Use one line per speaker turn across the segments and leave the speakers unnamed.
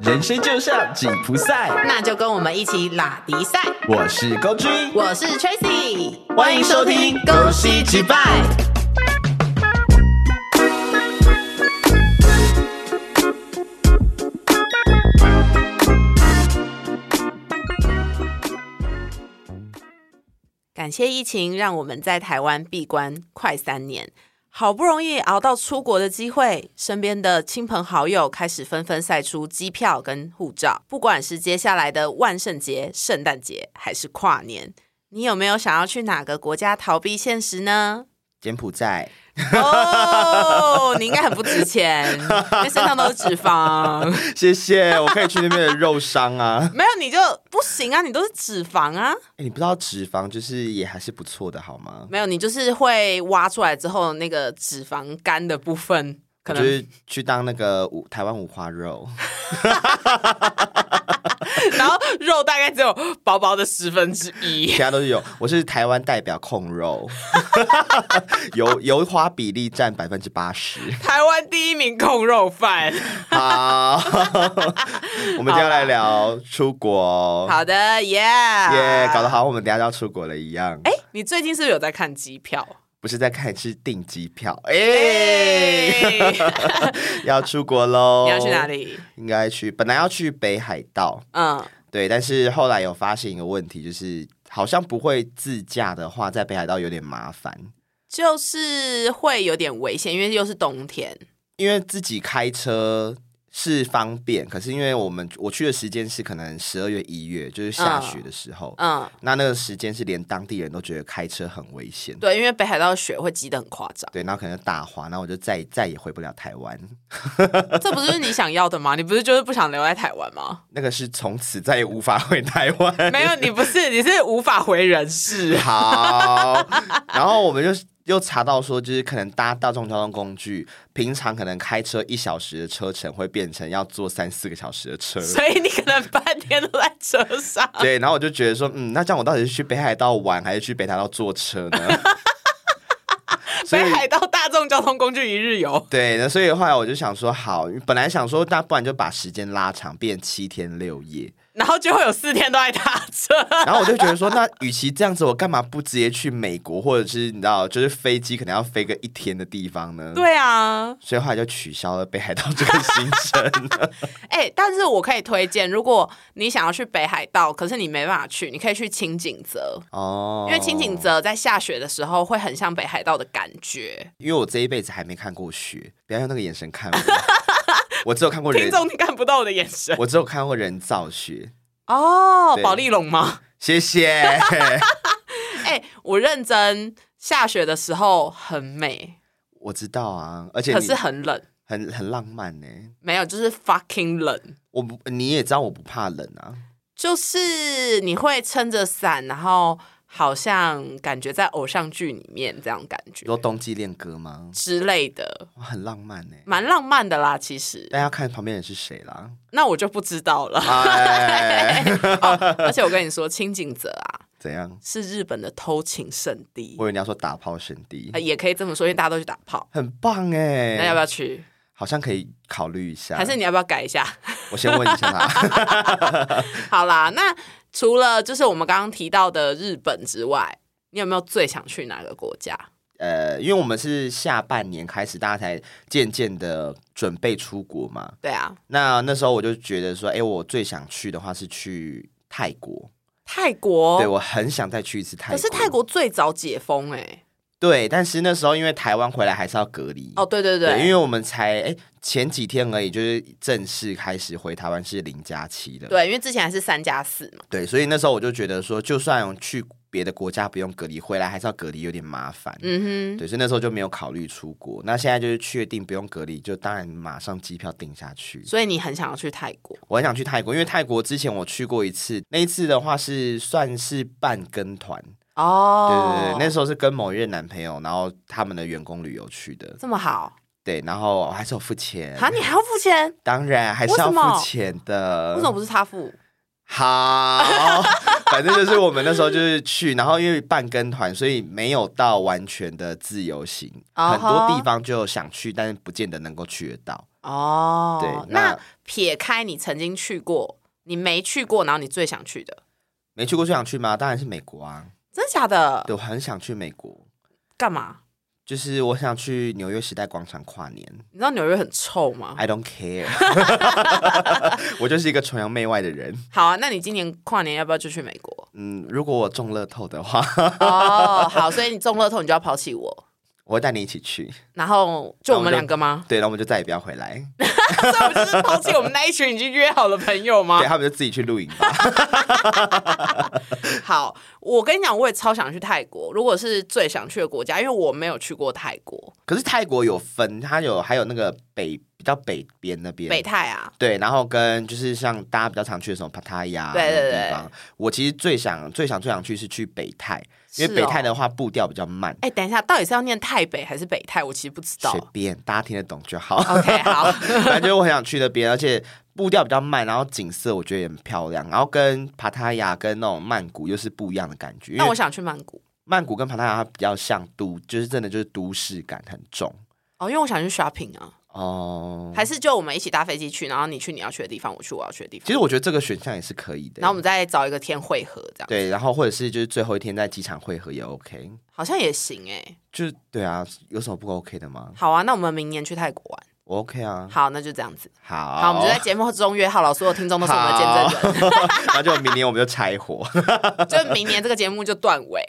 人生就像紧箍赛。
那就跟我们一起拉迪赛。
我是高君，
我是 Tracy，
欢迎收听《
恭
恭
喜
喜击
击
败
败》。》。感谢疫情，让我们在台湾闭关快三年，好不容易熬到出国的机会，身边的亲朋好友开始纷纷晒出机票跟护照。不管是接下来的万圣节、圣诞节，还是跨年，你有没有想要去哪个国家逃避现实 呢？
柬埔寨，
哦，你应该很不值钱， 因为身上都是脂肪。
谢谢，我可以去那边的肉商啊。
没有你就不行啊，你都是脂肪啊。
哎，你不知道脂肪就是也还是不错的，好吗？
没有，你就是会挖出来之后那个脂肪肝的部分，可
我就
能
是去当那个五台湾五花肉，
然后肉大概只有薄薄的十分之一
其。他都是有。我是台湾代表控 肉，油油花比例占百分之八 十。
台湾第一名控肉饭。
好，我们今天来聊出国，
好的，耶
耶
耶
哦搞得。好，我们等一下就要出国了一样。
哎，你最近是不是有在看机票？
不是在看，是订机票。哎、
哎，
要出国喽！
你要去哪？里？
应该去，本来要去北海道，
嗯，
对，但是后来有发现一个问题，就是好像不会自驾的话，在北海道有点麻烦，
就是会有点危险，因为又是冬天。
因为自己开车。是方便，可是因为我们我去的时间是可能十二月一月，就是下雪的时候，
嗯，
那那个时间是连当地人都觉得开车很危险，
对，因为北海道的雪会积得很夸张，
对，然后可能打滑，然后我就再再也回不了台湾，
这不是你想要的吗？你不是就是不想留在台湾吗？
那个是从此再也无法回台湾。
没有，你不是，你是无法回 人世。
好，然后我们就又查到说，就是可能搭大众交通工具，平常可能开车一小时的车程，会变成要坐三四个小时的车。
所以你可能半天都在车上。
对，然后我就觉得说，嗯，那这样我到底是去北海道玩，还是去北海道坐车呢？所以
北海道大众交通工具一日游，
对，那所以后来我就想说，好，本来想说，那不然就把时间拉长，变七天六夜。
然后就会有四天都在搭 车。
然后我就觉得说，那与其这样子，我干嘛不直接去美国，或者是你知道，就是飞机可能要飞个一天的地方呢？
对啊，
所以后来就取消了北海道这个行 程。
哎、但是我可以推荐，如果你想要去北海道，可是你没办法去，你可以去青井泽，
哦，
因为青井，泽在下雪的时候会很像北海道的感觉。
因为我这一辈子还没看过雪，不要用那个眼神看 我，我只有看过
听
人，
众你看不到我的眼神
我只有看过人造雪。
哦
对，
保利龙吗？
谢谢，
哎、我认真，下雪的时候很美，
我知道啊，而且
可
你
是很冷，
很很浪漫呢、
没有，就是 fucking 冷。
我不你也知道我不怕冷啊，
就是你会撑着伞，然后好像感觉在偶像剧里面这样感觉
有冬季恋歌吗？
之类的，
哇，很浪漫呢、
蛮浪漫的啦。其实，
但要看旁边人是谁啦。
那我就不知道了。
哎，
而且我跟你说，清井泽啊，
怎样？
是日本的偷情圣地
我，以为你要说打炮圣地
呃，也可以这么说，因为大家都去打炮。
很棒哎、
那要不要去？
好像可以考虑一下。
还是你要不要改一下？
我先问一下他。
好啦，那除了就是我们刚刚提到的日本之外，你有没有最想去哪个国家？
呃，因为我们是下半年开始，大家才渐渐的准备出国嘛。
对啊，
那那时候我就觉得说，哎、我最想去的话是去泰国，
泰国。
对我很想再去一次泰
哦可
国。
是泰国最早解封哎、欸
对，但是那时候因为台湾回来还是要隔离。
哦，对对对，
因为我们才哎、前几天而已，就是正式开始回台湾是零加七的。
对，因为之前还是三加四嘛。
对，所以那时候我就觉得说，就算去别的国家不用隔离，回来还是要隔离，有点麻烦。
嗯哼，
对，所以那时候就没有考虑出国。那现在就是确定不用隔离，就当然马上机票订下去。
所以你很想要去泰国，
我很想去泰国，因为泰国之前我去过一次，那一次的话是算是半跟团，对
哦
对对，那时候是跟某一任男朋友，然后他们的员工旅游去的，
这么好
对，然后我还是有付钱，
啊？你还要付钱？
当然还是
为什
要
么
付钱的。
为什么不是他付？
好，反正就是我们那时候就是去，然后因为半跟团，所以没有到完全的自由行
哦吼
很多地方就想去，但是不见得能够去得到。
哦，
对
那
那
撇开你曾经去过，你没去过，然后你最想去的，
没去过就想去吗？当然是美国啊！
真假的？
对，我很想去美国，
干嘛？
就是我想去纽约时代广场跨年。
你知道纽约很臭吗？
I don't care，我就是一个崇洋媚外的人。？
好啊，那你今年跨年要不要就去美国
嗯，如果我中乐透的话，
哦，好，所以你中乐透，你就要抛弃我，
我会带你一起去。
然后就我
那我
们
们就
两 个吗？
对，然后我们就再也不要回来。
这不 就是抛弃我们那一群已经约好的朋友吗
对？他们就自己去露营 吧。
好，我跟你讲，我也超想去泰国。如果是最想去的国家，因为我没有去过泰国，
可是泰国有分，它有还有那个北比较北边那边。
北泰啊，
对，然后跟就是像大家比较常去的什么帕塔亚
对
那
对
种地方，我其实最想最想最想去是去北泰，因为
是
北
哦
泰的话步调比较慢，
哎、等一下，到底是要念泰北还是北泰？我其实不知道
随。便大家听得懂就好。
OK，好，
反正就是我很想去那边，而且步调比较慢，然后景色我觉得也很漂亮，然后跟帕塔亚跟那种曼谷又是不一样的感觉。因
那我
为
想去曼谷
曼谷跟帕塔亚它比较像都，就是真的就是都市感很重
哦，因为我想去 shopping 啊，
哦。
还是就我们一起搭飞机去，然后你去你要去的地方，我去我要去的地方，
其实我觉得这个选项也是可以的。
然后我们再找一个天汇合，这样
对，然后或者是就是最后一天在机场汇合也 OK，
好像也行哎、
就是对啊，有什么不 OK 的吗？
好啊，那我们明年去泰国玩。
我 OK 啊，
好，那就这样子。
好，
好，我 们就在节目中约好了，所有听众都是我们的见证
证人，然后就明年我们就拆伙。
人， 就明年这个节目就断尾。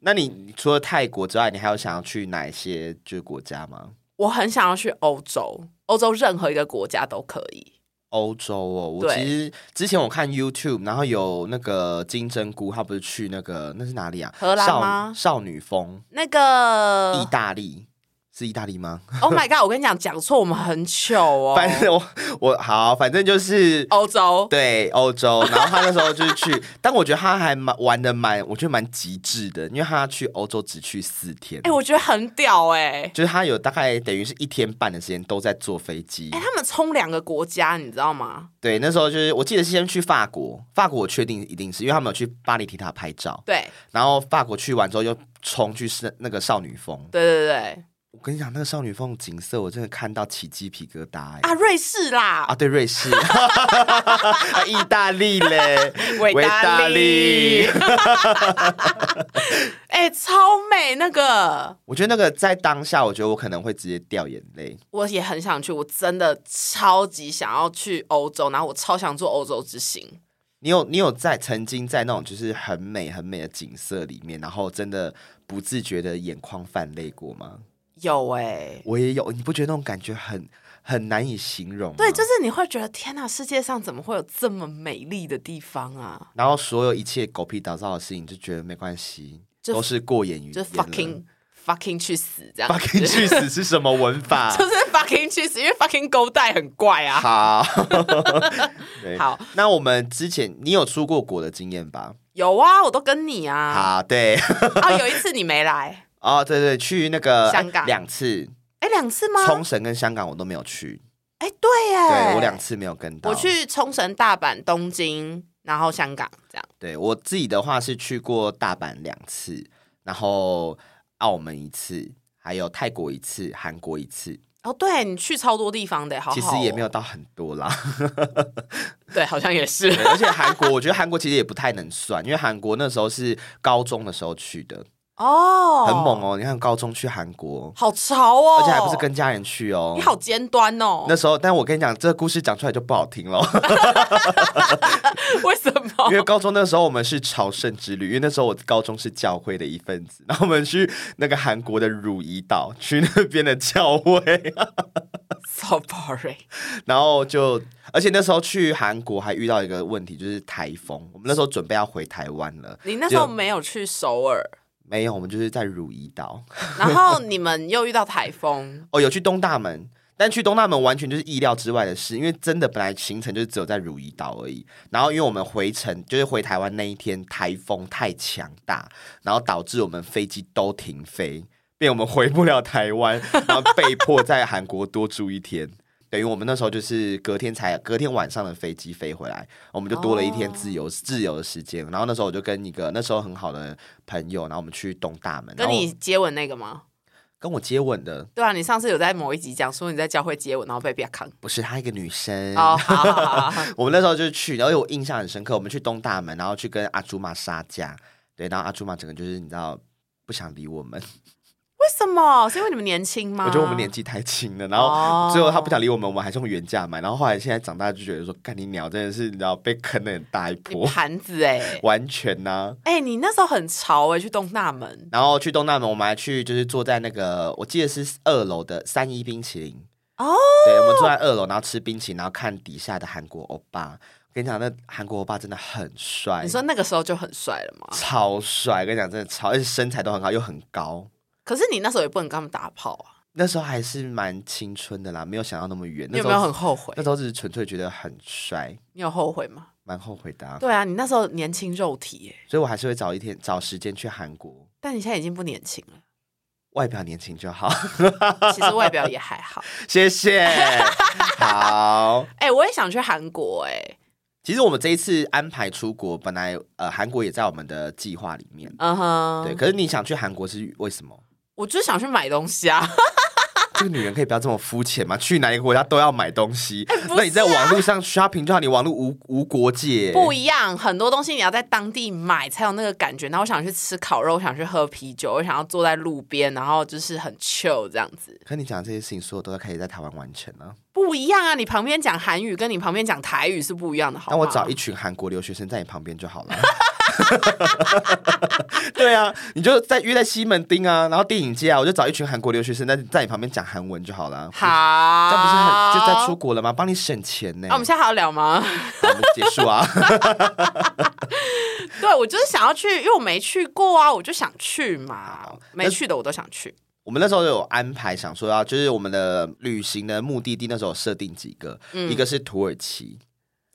那你你除了泰国之外，你还有想要去哪一些就是国家吗？
我很想要去欧洲，欧洲任何一个国家都可以。
欧洲哦，我
对
其实之前我看 YouTube，然后有那个金针菇，她不是去那个那是哪里啊？
荷兰
少
吗呃
少女峰，
那个
意大利是意大利吗？
，Oh my god！我跟你讲，讲错我们很糗 哦。
反正我我好，反正就是
欧洲，
对欧洲，然后他那时候就是去， 但我觉得他还蛮玩的蛮，我觉得蛮极致的，因为他去欧洲只去四天，
哎、我觉得很屌哎、
就是他有大概等于是一天半的时间都在坐飞机。
哎、他们冲两个国家，你知道吗？
对，那时候就是我记得是先去法国，法国我确定一定是因为他们有去巴黎铁塔拍照，
对，
然后法国去完之后又冲去是那个少女峰。
对对对
我跟你讲，那个少女峰的景色我真的看到起鸡皮疙瘩哎、
啊，瑞士啦，
啊，对，瑞 士，啊意大利嘞，
维达利
维，
哎、超美那个，
我觉得那个在当下，我觉得我可能会直接掉眼泪。
我也很想去，我真的超级想要去欧洲，然后我超想做欧洲之行。
你有你有在曾经在那种就是很美很美的景色里面，然后真的不自觉的眼眶泛泪过吗？
有哎、
我也有，你不觉得那种感觉很很难以形容吗？
对，就是你会觉得天哪，世界上怎么会有这么美丽的地方啊？
然后所有一切狗屁倒灶的事情，就觉得没关系，
就
都是过眼云烟
就
了。
是 fucking fucking 去死这样子
fucking 去死是什么文 法
就？是 fucking 去死，因为 fucking 勾带很怪啊。
好， 对
好，
那我们之前你有出过国的经验吧？
有啊，我都跟你啊。
好，对，
啊，有一次你没来，
哦，对对，去那个
香港
哎两次，
哎，两次吗？
冲绳跟香港我都没有去，
哎，对耶，
对我两，次没有跟到。
我，去冲绳、大阪、东京，然后香港这样。
对我自己的话是去过大阪两次，然后澳门一次，还有泰国一次，韩国一次，
哦，对你去超多地方的，好好、哦。
其实也没有，到很多啦。
对，好像也是。
对而且韩国，我觉得韩国其实也不太能算，因为韩国那时候是高中的时候去的，
哦，
很猛，哦。你看高中去韩国，
好潮哦，
而且还不是跟家人去哦
你。好尖端哦
那。时候，但我跟你讲，这个故事讲出来就不好听了。
为什 么
因？为高中那时候我们是朝圣之旅，因为那时候我高中是教会的一份子，然后我们去那个韩国的汝矣岛，去那边的教会，
so boring。
然后就，而且那时候去韩国还遇到一个问题，就是台风。我们那时候准备要回台湾了，
你那时候
就
没有去首尔，
没有，我们就是在汝矣岛。
然后你们又遇到台 风，
哦，有去东大门，但去东大门完全就是意料之外的事，因为真的本来行程就是只有在汝矣岛而已。然后因为我们回程就是回台湾那一天，台风太强大，然后导致我们飞机都停飞，变我们回不了台湾，然后被迫在韩国多住一天。等于我们那时候就是隔天才隔天晚上的飞机飞回来，我们就多了一天自
哦
由、自由的时间。然后那时候我就跟一个那时候很好的朋友，然后我们去东大门，然
跟
后
你接吻那个吗？
跟我接吻的
对啊，你上次有在某一集讲说你在教会接吻，然后被别坑。
不是她一个女生
哦，好好好好，
我们那时候就去，然后我印象很深刻，我们去东大门，然后去跟阿朱玛杀价，对，然后阿朱玛整个就是你知道不想理我们，
为什么？是因为你们年轻吗？
我觉得我们年纪太轻了，然
啊哦
后最后他不想理我们，我们还是用原价买，然后后来现在长大就觉得说，干你鸟真的是你知道被坑的很大一
你
波，
盘子哎、
完全呐、
哎、你那时候很潮哎、去东大门，
然后去东大门，我们还去就是坐在那个，我记得是二楼的三一冰淇淋。
哦，
对，我们坐在二楼，然后吃冰淇淋，然后看底下的韩国欧巴。跟你讲，那韩国欧巴真的很帅。
你说那个时候就很帅了吗？
超帅，跟你讲真的超，而且身材都很好，又很高。
可是你那时候也不能跟他们打炮啊，
那时候还是蛮青春的啦，没有想到那么远。
你
那
有
时
没有
候
很后悔
那？时候只是纯粹觉得很帅，
你有后悔吗？
蛮后悔的、啊。
对啊，你那时候年轻肉体哎、
所以我还是会找一天找时间去韩国，
但你现在已经不年轻了，
外表年轻就好。
其实外表也还好。
谢谢。好，
哎、我也想去韩国哎、
其实我们这一次安排出国，本来呃韩国也在我们的计划里面。
嗯哼，
对，可是你想去韩国是为什么？
我就是想去买东西啊。
这个女人可以不要这么肤浅吗？去哪一个国家都要买东西，
哎不啊
那你在网络上 shopping 就好，你网络无无国界。
不一样，很多东西你要在当地买才有那个感觉。然后我想去吃烤肉，我想去喝啤酒，我想要坐在路边，然后就是很 chill 这样子，
可你讲这些事情，所有都可以在台湾完成啊。
不一样啊！你旁边讲韩语跟你旁边讲台语是不一样的，好
那
吗
我找一群韩国留学生在你旁边就好了。 对啊，你就在约在西门町啊，然后电影街啊，我就找一群韩国留学生在在你旁边讲韩文就好了。
好，
这样不是很就在出
啊？
国了吗？帮你省钱呢、
我们现在还要聊 吗？
好我们结束啊。
对，我就是想要去，因为我没去过啊，我就想去嘛
好。
没去的我都想去。
我们那时候有安排，想说要就是我们的旅行的目的地，那时候有设定几个，
嗯
一个是土耳其，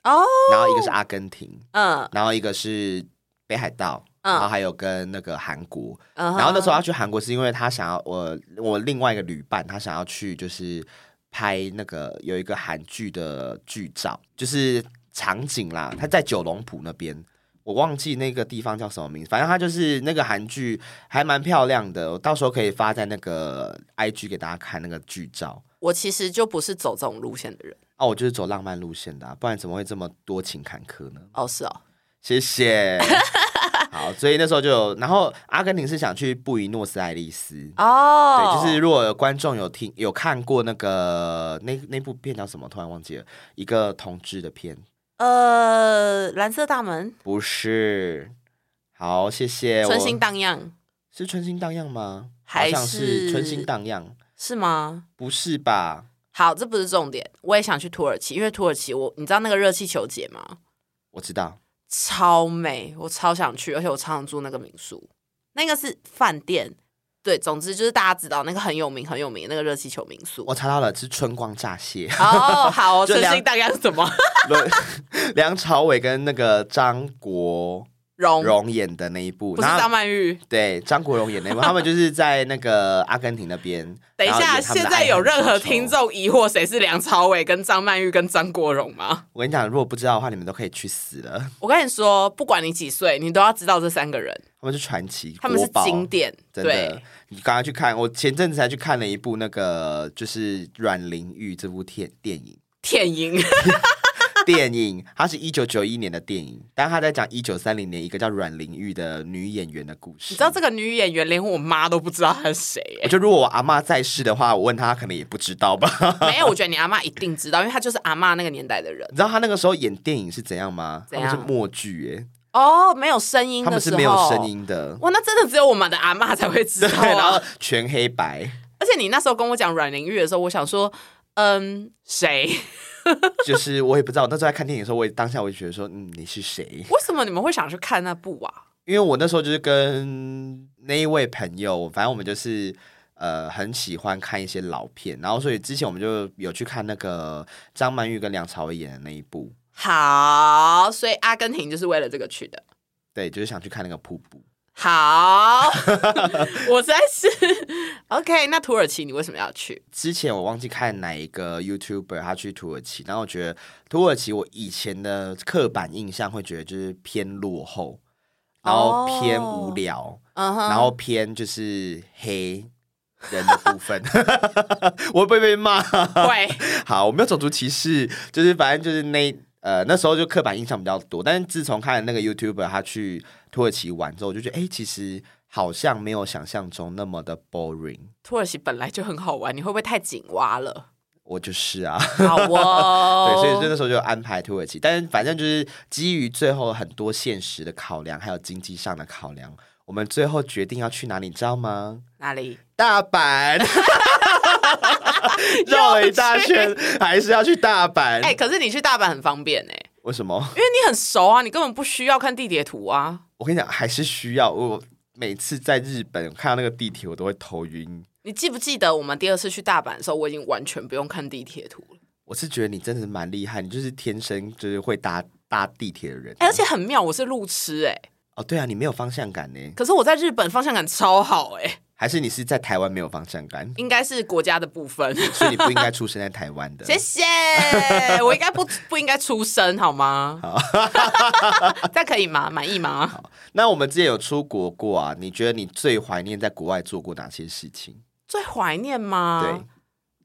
哦，
然后一个是阿根廷，
嗯
然后一个是北海道，
嗯
然后还有跟那个韩国。
嗯哼，
然后那时候要去韩国，是因为他想要我我另外一个旅伴，他想要去就是拍那个有一个韩剧的剧照，就是场景啦，他在九龙浦那边。我忘记那个地方叫什么名字，反正他就是那个韩剧还蛮漂亮的，我到时候可以发在那个 IG 给大家看那个剧照。
我其实就不是走这种路线的人。
哦，我就是走浪漫路线的、啊，不然怎么会这么多情坎坷呢？
哦，是哦，
谢谢。好，所以那时候就有，然后阿根廷是想去布宜诺斯艾利斯，
哦，
对，就是如果有观众有听有看过那个那那部片叫什么，突然忘记了，一个同志的片，
呃，蓝色大门。
不是。好，谢谢。
春
哎我
心荡漾
是春心荡漾吗？好
还
像是春心
是
荡漾？
是吗？
不是吧？
好，这不是重点。我也想去土耳其，因为土耳其我你知道那个热气球节吗？
我知道，
超美，我超想去，而且我超想住那个民宿，那个是饭店。对，总之就是大家知道那个很有名很有名的那个热气球民宿。。
我查到了，是春光乍泄
哦，好 哦，
就
春
两
心荡漾是什么？
梁梁朝伟跟那个张国
荣
荣演的那一部，
不是
然后
张曼玉。
对张国荣演那一部，他们就是在那个阿根廷那边。
等一
然后
下，
演他们的
现在
爱
有
恨
任何
情仇
听众疑惑谁是梁朝伟、跟张曼玉、跟张国荣吗？
我跟你讲，如果不知道的话，你们都可以去死了。
我跟你说，不管你几岁，你都要知道这三个人，
他们是传奇，
他们是
国宝
经典。
真
对
的，，你赶快去看。我前阵子才去看了一部那个，就是阮玲玉这部电电 影，
舔蝇。
电影，它是一九九一年的电影，但它在讲一九三零年一个叫阮玲玉的女演员的故事。
你知道这个女演员连我妈都不知道她是谁耶、
我觉得如果我阿妈在世的话，我问她她可能也不知道吧。
没有，我觉得你阿妈一定知道，因为她就是阿妈那个年代的人。
你知道她那个时候演电影是怎样吗？
怎
他
样
们是默剧，哎，
哦，没有声音
他
的
们
时
是
候，
没有声。音 的。
哇，那真的只有我们的阿妈才会知
对，
道、
然后
啊。
全黑白，
而且你那时候跟我讲阮玲玉的时候，我想说，嗯，谁？
就是我也不知道。我那时候在看电影的时候，我也当下我就觉得说，嗯，你是谁？
为什么你们会想去看那部啊？
因为我那时候就是跟那一位朋友，反正我们就是呃很喜欢看一些老片，然后所以之前我们就有去看那个张曼玉跟梁朝伟演的那一部，
好，所以阿根廷就是为了这个去的。
对，就是想去看那个瀑布。
好，我实在是 OK。那土耳其你为什么要去？
之前我忘记看哪一个 YouTuber 他去土耳其，然后我觉得土耳其我以前的刻板印象会觉得就是偏落后，然后偏无聊，
嗯哼，
然后偏就是黑人的部分， 我会不会被骂。
会，
好，我没有种族歧视，就是反正就是那呃那时候就刻板印象比较多，但是自从看了那个 YouTuber 他去土耳其玩之后，我就觉得哎、诶其实好像没有想象中那么的 boring。
土耳其本来就很好玩，你会不会太紧 挖了？
我就是啊，
好哦，
对，所以就那时候就安排土耳其，但是反正就是基于最后很多现实的考量，还有经济上的考量，我们最后决定要去哪里，你知道吗？
哪里？
大 阪，绕了一大圈，还是要去大阪。
哎、可是你去大阪很方便哎、
为什么？
因为你很熟啊，你根本不需要看地铁图啊。
我跟你讲，还是需要我。每次在日本看到那个地铁，我都会头晕。
你记不记得我们第二次去大阪的时候，我已经完全不用看地铁图了，
我是觉得你真的是蛮厉害，你就是天生就是会搭搭地铁的人。
哎、而且很妙，我是路痴哎、
哦，对啊，你没有方向感呢，
可是我在日本方向感超好哎、
还是你是在台湾没有方向感，
应该是国家的 部分。
所以你不应该出生在台湾的。
谢谢，我应该不不应该出声好吗？ 好，这样可以吗？满意吗？
那我们之前有出国过啊，你觉得你最怀念在国外做过哪些事情？
最怀念吗？
对，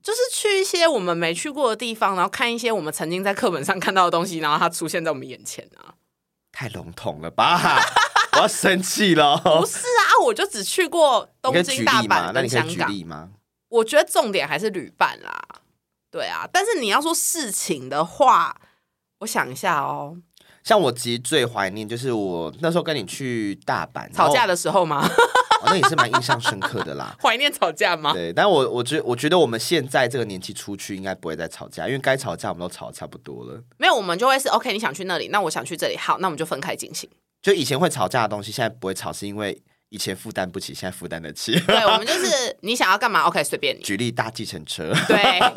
就是去一些我们没去过的地方，然后看一些我们曾经在课本上看到的东西，然后它出现在我们眼前啊。
太笼统了吧， 我要生气了。
不是啊，我就只去过
哦你可以
东
举
京、大
例
阪
吗？那
跟
你可
香
以举
港。
例吗？
我觉得重点还是旅伴啦，对啊。但是你要说事情的话，我想一下哦，
像我其实最怀念就是我那时候跟你去大阪
吵架
的、
的时候吗？。
哦那也是蛮印象深刻的啦
怀念吵架吗？
对，但我我觉我觉得我们现在这个年纪出去应该不会再吵架，因为该吵架我们都吵得差不多了。
没有，我们就会是 OK，你想去那里，那我想去这里，好，那我们就分开进行。
就以前会吵架的东西，现在不会吵，是因为以前负担不起，现在负担得起。
对，我们就是 你想要干嘛，OK，随便你。
举例大计程车，
对、诶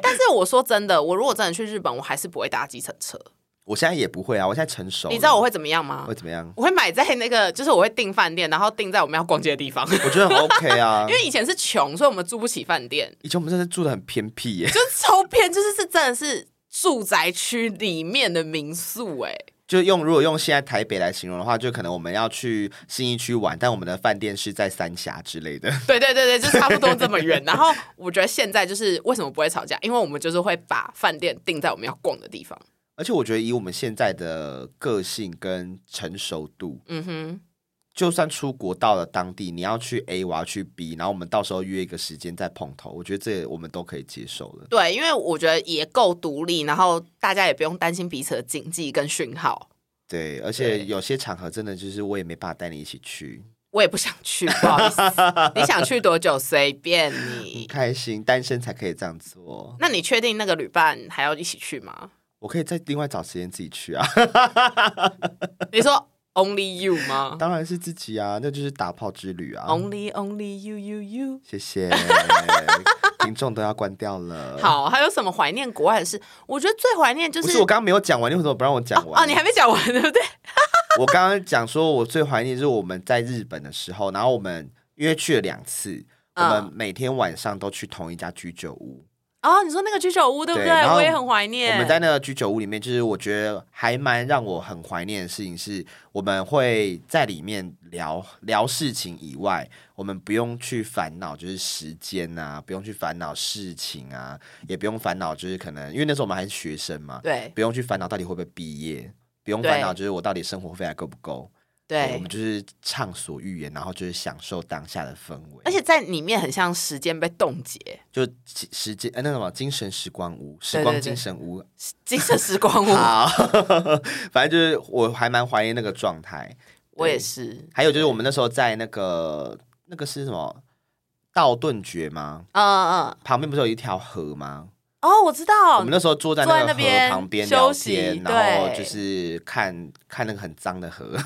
但是我说真的，我如果真的去日本，我还是不会搭计程车。
我现在也不会啊，我现在成熟了。
你知道我会怎么样吗
会？怎么样？
我会买在那个，就是我会订饭店，然后订在我们要逛街的地方。
我觉得很 OK 啊，
因为以前是穷，所以我们住不起饭店，
以前我们真的住的很偏僻耶，
就是超偏，就是是真的是住宅区里面的民宿、诶。哎，
就用如果用现在台北来形容的话，就可能我们要去信义区玩，但我们的饭店是在三峡之类的。
对对对对，就差不多这么远。然后我觉得现在就是为什么不会吵架，因为我们就是会把饭店定在我们要逛的地方。
而且我觉得以我们现在的个性跟成熟度，
嗯哼，
就算出国到了当地，你要去 A，我要去 B，然后我们到时候约一个时间再碰头，我觉得这我们都可以接受了。
对，因为我觉得也够独立，然后大家也不用担心彼此的经济跟讯号。
对，而且
对
有些场合真的就是我也没办法带你一起去，
我也不想去，不好意思，你想去多久随便你。
开心单身才可以这样做。
那你确定那个旅伴还要一起去吗？
我可以再另外找时间自己去啊，
你说 Only You 吗
当然是自己啊，那就是打炮之旅啊。
？Only Only You You You。
谢 谢，听众都要关掉了。，
好，还有什么怀念国外的事？我觉得最怀念就
不
是
是我刚刚没有讲完，你为什么不让我讲
哦
完？
哦，你还没讲完对不对？
我刚刚讲说，我最怀念就是我们在日本的时候，然后我们因为去了两次，我
嗯
们每天晚上都去同一家居酒屋。
哦，你说那个居酒屋对不
对然后
我也很怀念。
我们在那个居酒屋里面，就是我觉得还蛮让我很怀念的事情是，我们会在里面聊聊事情以外，我们不用去烦恼就是时间啊，不用去烦恼事情啊，也不用烦恼就是可能因为那时候我们还是学生嘛，
对
不用去烦恼到底会不会毕业，不用
对
烦恼就是我到底生活费还够不够。我
对
们，就是畅所欲言，然后就是享受当下的氛围，
而且在里面很像时间被冻结，
就时时间呃那什么精神时光屋，时
对
光
对
精
对
神屋。
精神时 光屋。
好，反正就是我还蛮怀念那个状态。
我也是，
还有就是我们那时候在那个那个是什么道顿崛吗？
嗯嗯，嗯
旁边不是有一条河吗？
哦，我知道
我们，那时候坐在那
坐在
个
那边
河旁边
休
聊
息
天，然后
对
就是看看那个很脏的河，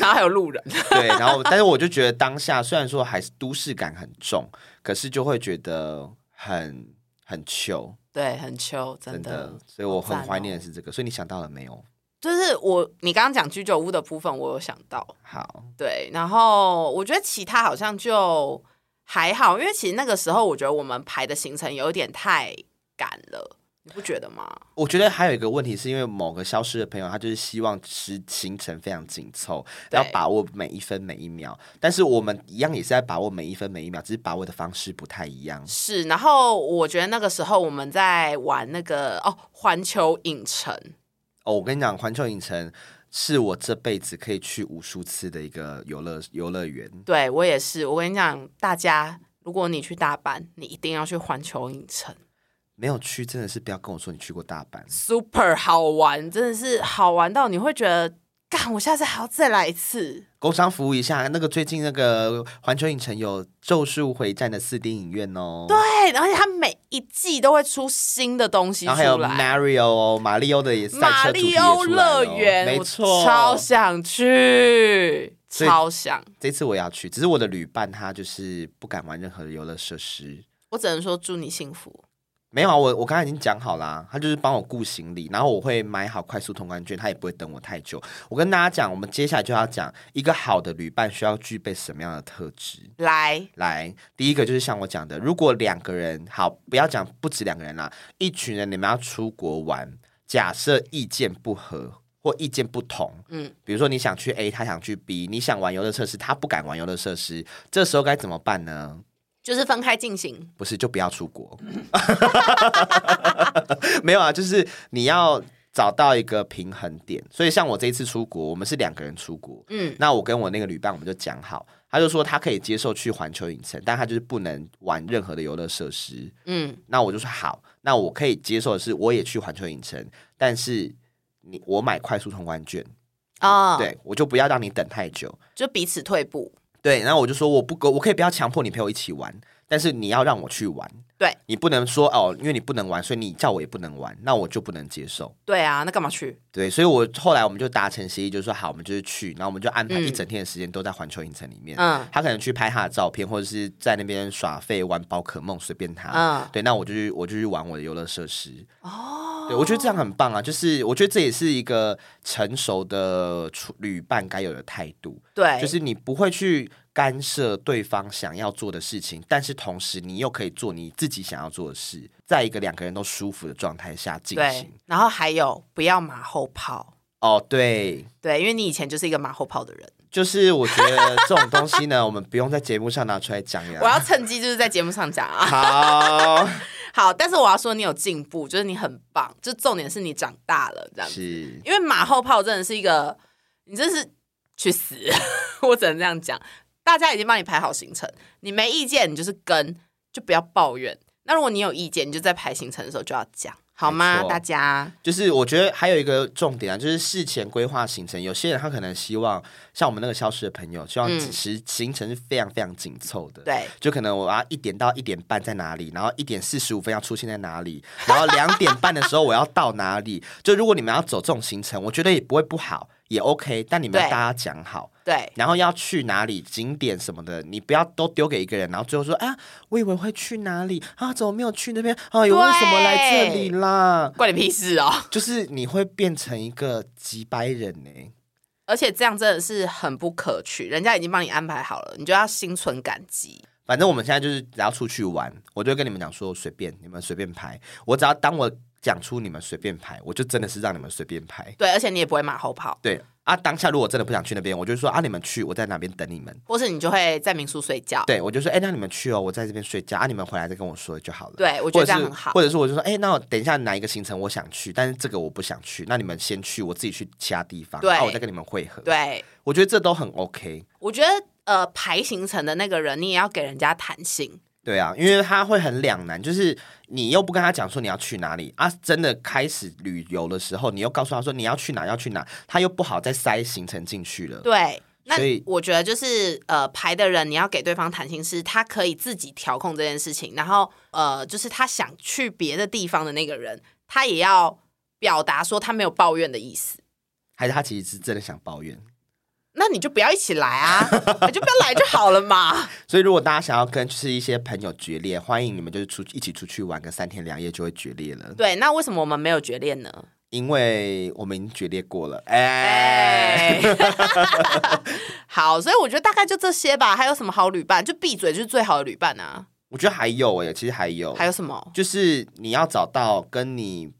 然后还有路人，
对，然后但是我就觉得当下虽然说还是都市感很重，可是就会觉得很很糗，
对，很秋，
真
真
的
的。，
所以我
好赞
很怀
哦
念的是这个。所以你想到了没有？
就是我你刚刚讲居酒屋的部分，我有想到，
好，
对，然后我觉得其他好像就还好，因为其实那个时候我觉得我们排的行程有点太赶了，你不觉得吗？
我觉得还有一个问题是因为某个消失的朋友，他就是希望时行程非常紧凑，
对
要把握每一分每一秒。但是我们一样也是在把握每一分每一秒，只是把握的方式不太一样。
是，然后我觉得那个时候我们在玩那个哦环球影城，
哦，我跟你讲，环球影城是我这辈子可以去无数次的一个游乐游乐园。
对我也是，我跟你讲，大家如果你去大阪，你一定要去环球影城。
没有去真的是不要跟我说你去过大阪，
super 好玩，真的是好玩到你会觉得，干，我下次还要再来一次。
工商服务一下。那个最近那个环球影城有《咒术回战》的四 D 影院哦，对，
对，而且它每一季都会出新的东西
然后
出
还有
来。
Mario 哦，马里奥的也赛
马
车主题
里
也出
欧
来了哦
乐园，
没
我
错，
超想去，
所以
超想。
这次我也要去，只是我的旅伴他就是不敢玩任何的游乐设施。
我只能说祝你幸福。
没有啊，我我刚才已经讲好啦，他就是帮我顾行李，然后我会买好快速通关券，他也不会等我太久。我跟大家讲，我们接下来就要讲一个好的旅伴需要具备什么样的特质。
来，
来，第一个就是像我讲的，如果两个人好，不要讲不止两个人啦，一群人你们要出国玩，假设意见不合或意见不同，
嗯
嗯，比如说你想去 A，他想去 B，你想玩游乐设施，他不敢玩游乐设施，这时候该怎么办呢？
就是分开进行。
不是，就不要出国。 没有啊，就是你要找到一个平衡点。所以像我这一次出国，我们是两个人出国，
嗯，
那我跟我那个旅伴我们就讲好，他就说他可以接受去环球影城，但他就是不能玩任何的游乐设施。
嗯，
那我就说好，那我可以接受的是，我也去环球影城，但是你我买快速通关券，
哦，，
嗯对我就不要让你等太久。
就彼此退步。
对，然后我就说我不我可以不要强迫你陪我一起玩，但是你要让我去玩。
对
你不能说哦，因为你不能玩，所以你叫我也不能玩，那我就不能接受。
对啊，那干嘛去？
对，所以我后来我们就达成协议，就是说好，我们就是去，然后我们就安排
嗯
一整天的时间都在环球影城里面。
嗯
他可能去拍他的照片，或者是在那边耍废玩宝可梦，随便他。
嗯，
对，那我就去我就去玩我的游乐设施。
哦，
对，我觉得这样很棒啊，就是我觉得这也是一个成熟的处旅伴该有的态度，
对，
就是你不会去干涉对方想要做的事情，但是同时你又可以做你自己想要做的事，在一个两个人都舒服的状态下进
对
行。。
然后还有，不要马后炮。
哦，对。
对，因为你以前就是一个马后炮的人。
就是我觉得这种东西呢，我们不用在节目上拿出来讲呀。
我要趁机就是在节目上讲啊。
好，
好，但是我要说你有进步，就是你很棒，就重点是你长大了这样子。
是
因为马后炮真的是一个，你真是去死， 我只能这样讲。大家已经帮你排好行程，你没意见你就是跟，就不要抱怨。那如果你有意见，你就在排行程的时候就要讲，好
没
吗？
错
大家
就是我觉得还有一个重点啊，就是事前规划行程。有些人他可能希望像我们那个消失的朋友，希望
嗯
时行程是非常非常紧凑的。。
对
就可能我要一点到一点半在哪里，然后一点四十五分要出现在哪里，然后两点半的时候我要到哪里。 就如果你们要走这种行程，我觉得也不会不好，也 OK。但你们要
对
大家讲好，
对
然后要去哪里景点什么的，你不要都丢给一个人，然后最后说啊，我以为会去哪里啊，怎么没有去那边啊？有为什么来这里啦？
关你屁事哦！
就是你会变成一个几百人呢、
而且这样真的是很不可取，人家已经帮你安排好了，你就要心存感激。
反正我们现在就是只要出去玩，我就会跟你们讲说随便，你们随便排。我只要当我讲出你们随便排，我就真的是让你们随便排。
对，而且你也不会马后炮，
对啊，当下如果真的不想去那边，我就说啊，你们去，我在哪边等你们。
或是你就会在民宿睡觉。
对，我就说，哎、那你们去哦，我在这边睡觉啊，你们回来再跟我说就好了。
对，我觉
或者
得这
是，
样很好。
或者是我就说，哎、那我等一下哪一个行程我想去，但是这个我不想去，那你们先去，我自己去其他地方，
对
然后我再跟你们会合。，
对，
我觉得这都很 OK。
我觉得呃，排行程的那个人，你也要给人家弹性。
对啊，因为他会很两难，就是你又不跟他讲说你要去哪里啊，真的开始旅游的时候，你又告诉他说你要去哪要去哪，他又不好再塞行程进去了。
对，那
所以
我觉得就是呃，排的人你要给对方弹性，是他可以自己调控这件事情。然后呃，就是他想去别的地方的那个人，他也要表达说他没有抱怨的意思。
还是他其实是真的想抱怨。
那你就不要一起来啊， 你就不要来就好了嘛。
所以如果大家想要跟就是一些朋友决裂，欢迎你们就是出一起出去玩个三天两夜就会决裂了。
对，那为什么我们没有决裂呢？
因为我们已经决裂过了。哎、
哎， 好，所以我觉得大概就这些吧。还有什么好旅伴？就闭嘴就是最好的旅伴啊。
我觉得还有哎、其实还有，
还有什么？
就是你要找到跟你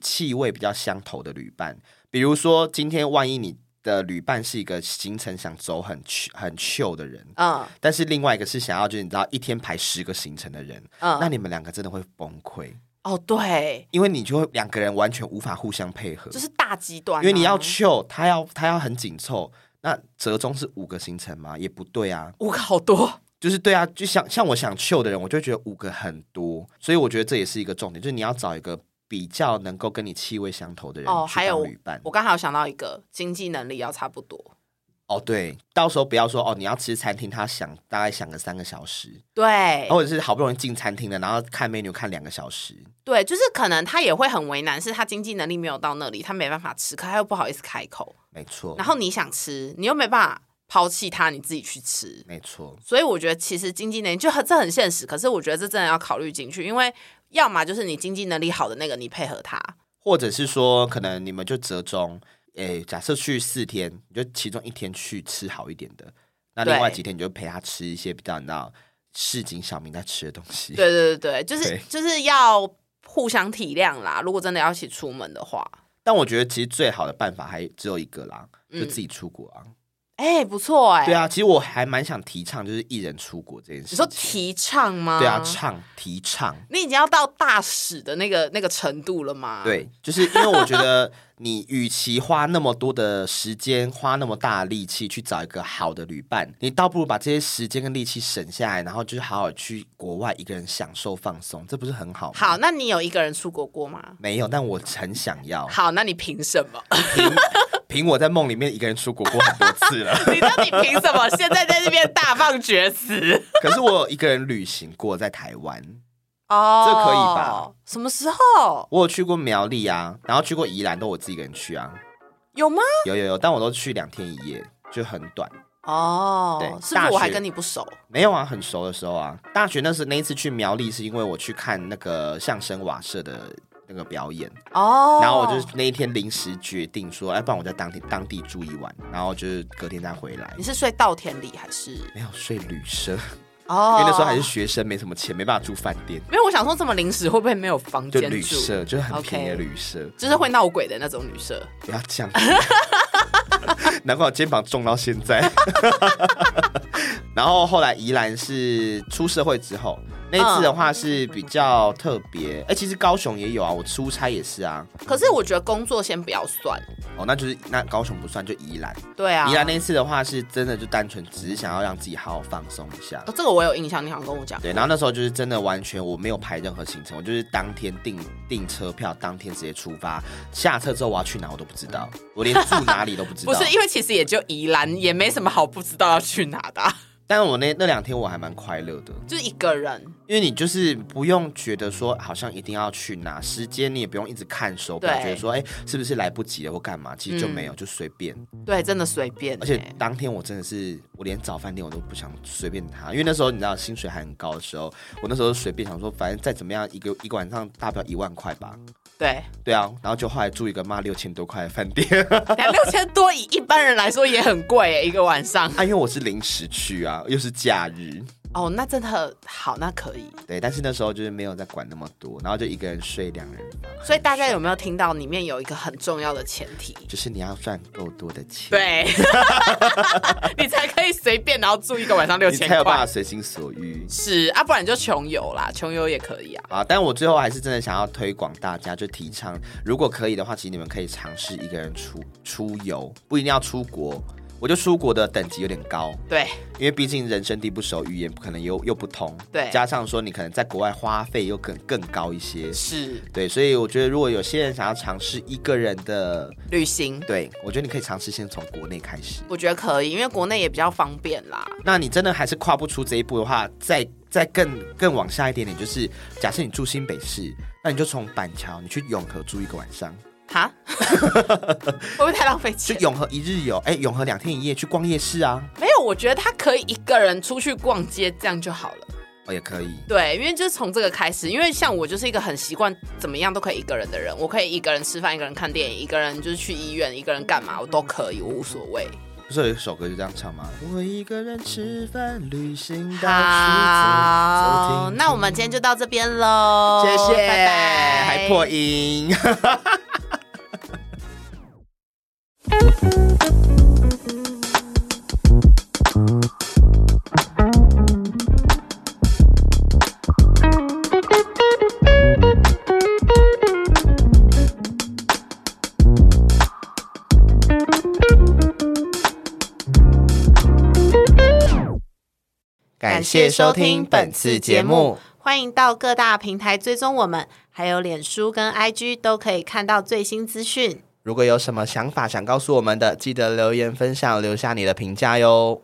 气味比较相投的旅伴。比如说，今天万一你的旅伴是一个行程想走很 chill- 很 chill 的人，
嗯
但是另外一个是想要就是你知道一天排十个行程的人，那
嗯，
你们两个真的会崩溃，
哦对，
因为你就会两个人完全无法互相配合，
就是大极端啊、
因为你要 chill，他要他要很紧凑。那折中是五个行程吗？也不对啊，
五个好多，
就是对啊，就像像我想 chill 的人，我就会觉得五个很多，所以我觉得这也是一个重点，就是你要找一个比较能够跟你气味相投的人
哦
去
还有
当旅伴。
我刚好想到一个，经济能力要差不多。
哦，对，到时候不要说哦，你要吃餐厅，他想大概想个三个小时，
对
或者是好不容易进餐厅了，然后看 menu 看两个小时，
对，就是可能他也会很为难，是他经济能力没有到那里，他没办法吃，可他又不好意思开口。
没错
然，后你想吃，你又没办法抛弃他，你自己去吃。
没错，
所以我觉得其实经济能力就很这很现实，可是我觉得这真的要考虑进去，因为要么就是你经济能力好的那个你配合他，
或者是说可能你们就折中，诶，假设去四天，你就其中一天去吃好一点的，那另
对
外几天你就陪他吃一些比较你知道市井小民在吃的东西。
对对对对，就是
对
就是要互相体谅啦。如果真的要一起出门的话，
但我觉得其实最好的办法还只有一个啦，就
嗯
自己出国啊。
哎、不错哎、
对，啊，其实我还蛮想提倡就是一人出国这件事情。
你说提倡吗？
对啊，倡提倡。
你已经要到大使的那个那个程度了吗？，
对，就是因为我觉得你与其花那么多的时间，花那么大的力气去找一个好的旅伴，你倒不如把这些时间跟力气省下来，然后就是好好去国外一个人享受放松，这不是很好吗？
好，，那你有一个人出国过吗？
没有，但我很想要，
好，那你凭什么？
凭我在梦里面一个人出国过很多次了，
你到底凭什么？现在在这边大放厥词？
可是我有一个人旅行过在台湾。
哦
这可以吧？
什么时候
我有去过苗栗啊，然后去过宜兰，都我自己一个人去啊。
有吗？
有有有，但我都去两天一夜，就很短。
哦
对，
是不
大
是
学
我还跟你不熟？
没有啊，很熟的时候啊。大学那时那一次去苗栗，是因为我去看那个相声瓦舍的那个表演，
哦，
然后我就那一天临时决定说，哎，不然我在当地当地住一晚，然后就是隔天再回来
你。是睡稻田里还是？
没有睡旅社，因
哦
为那时候还是学生，没什么钱，没办法住饭店，
没有，我想说这么临时会不会没有房
就
间
旅
住？
社，就是很便宜的
OK
旅社。
就是会闹鬼的那种旅社。
不要这样 子，难怪我肩膀重到现在。 然后后来宜兰是出社会之后，那一次的话是比较特别。哎、其实高雄也有啊，我出差也是啊。
可是我觉得工作先不要算，
哦，那就是那高雄不算，就宜兰。
对啊。
宜兰那一次的话是真的就单纯只是想要让自己好好放松一下。
哦，这个我有印象，你好像跟我讲。
对，然后那时候就是真的完全我没有排任何行程，我就是当天订订车票，当天直接出发。下车之后我要去哪我都不知道，我连住哪里都不知道。
不是，因为其实也就宜兰，也没什么好不知道要去哪的啊、
但我那那两天我还蛮快乐的，
就是一个人。
因为你就是不用觉得说好像一定要去哪，时间你也不用一直看手表，
对
觉得说哎、是不是来不及了或干嘛，其实就没有，就随便。
对，真的随便、
而且
欸
当天我真的是我连找饭店我都不想随便他，因为那时候你知道薪水还很高的时候，我那时候随便想说反正再怎么样一个一个晚上大不了一万块吧，
对，
对啊，然后就后来住一个妈六千多块的饭店，
两六千多以一般人来说也很贵、欸、一个晚上。
啊，因为我是临时去啊，又是假日。
哦，那真的好，那可以。
对，但是那时候就是没有在管那么多，然后就一个人睡两人房，
所以大家有没有听到？里面有一个很重要的前提，
就是你要赚够多的钱，，
对，你才可以随便然后住一个晚上六
你
千
才有办
块
法。随心所欲。
是啊，不然你就穷游啦，穷游也可以啊。
啊！但我最后还是真的想要推广大家，就提倡，如果可以的话，其实你们可以尝试一个人出出游，不一定要出国。我就出国的等级有点高，
对
因为毕竟人生地不熟，语言可能又又不通，
对
加上说你可能在国外花费又更更高一些，
是
对，所以我觉得如果有些人想要尝试一个人的，
旅行，
对我觉得你可以尝试先从国内开始。
我觉得可以，因为国内也比较方便啦。
那你真的还是跨不出这一步的话，再再更更往下一点点，就是假设你住新北市，那你就从板桥，你去永和住一个晚上，
哈，会不会太浪费
去
钱？
永和一日游，哎、永和两天一夜去逛夜市啊。
没有，我觉得他可以一个人出去逛街，这样就好了。
哦，也可以。
对，因为就是从这个开始，因为像我就是一个很习惯怎么样都可以一个人的人，我可以一个人吃饭，一个人看电影，一个人就是去医院，一个人干嘛我都可以，我无所谓。
不是有一首歌就这样唱吗？我一个人吃饭、旅行、到处走走
好，
停
那我们今天就到这边喽，
谢谢，
拜拜，
还破音。感谢收听本次节目。
欢迎到各大平台追踪我们，还有脸书跟 IG 都可以看到最新资讯。
如果有什么想法想告诉我们的，记得留言分享，留下你的评价哟。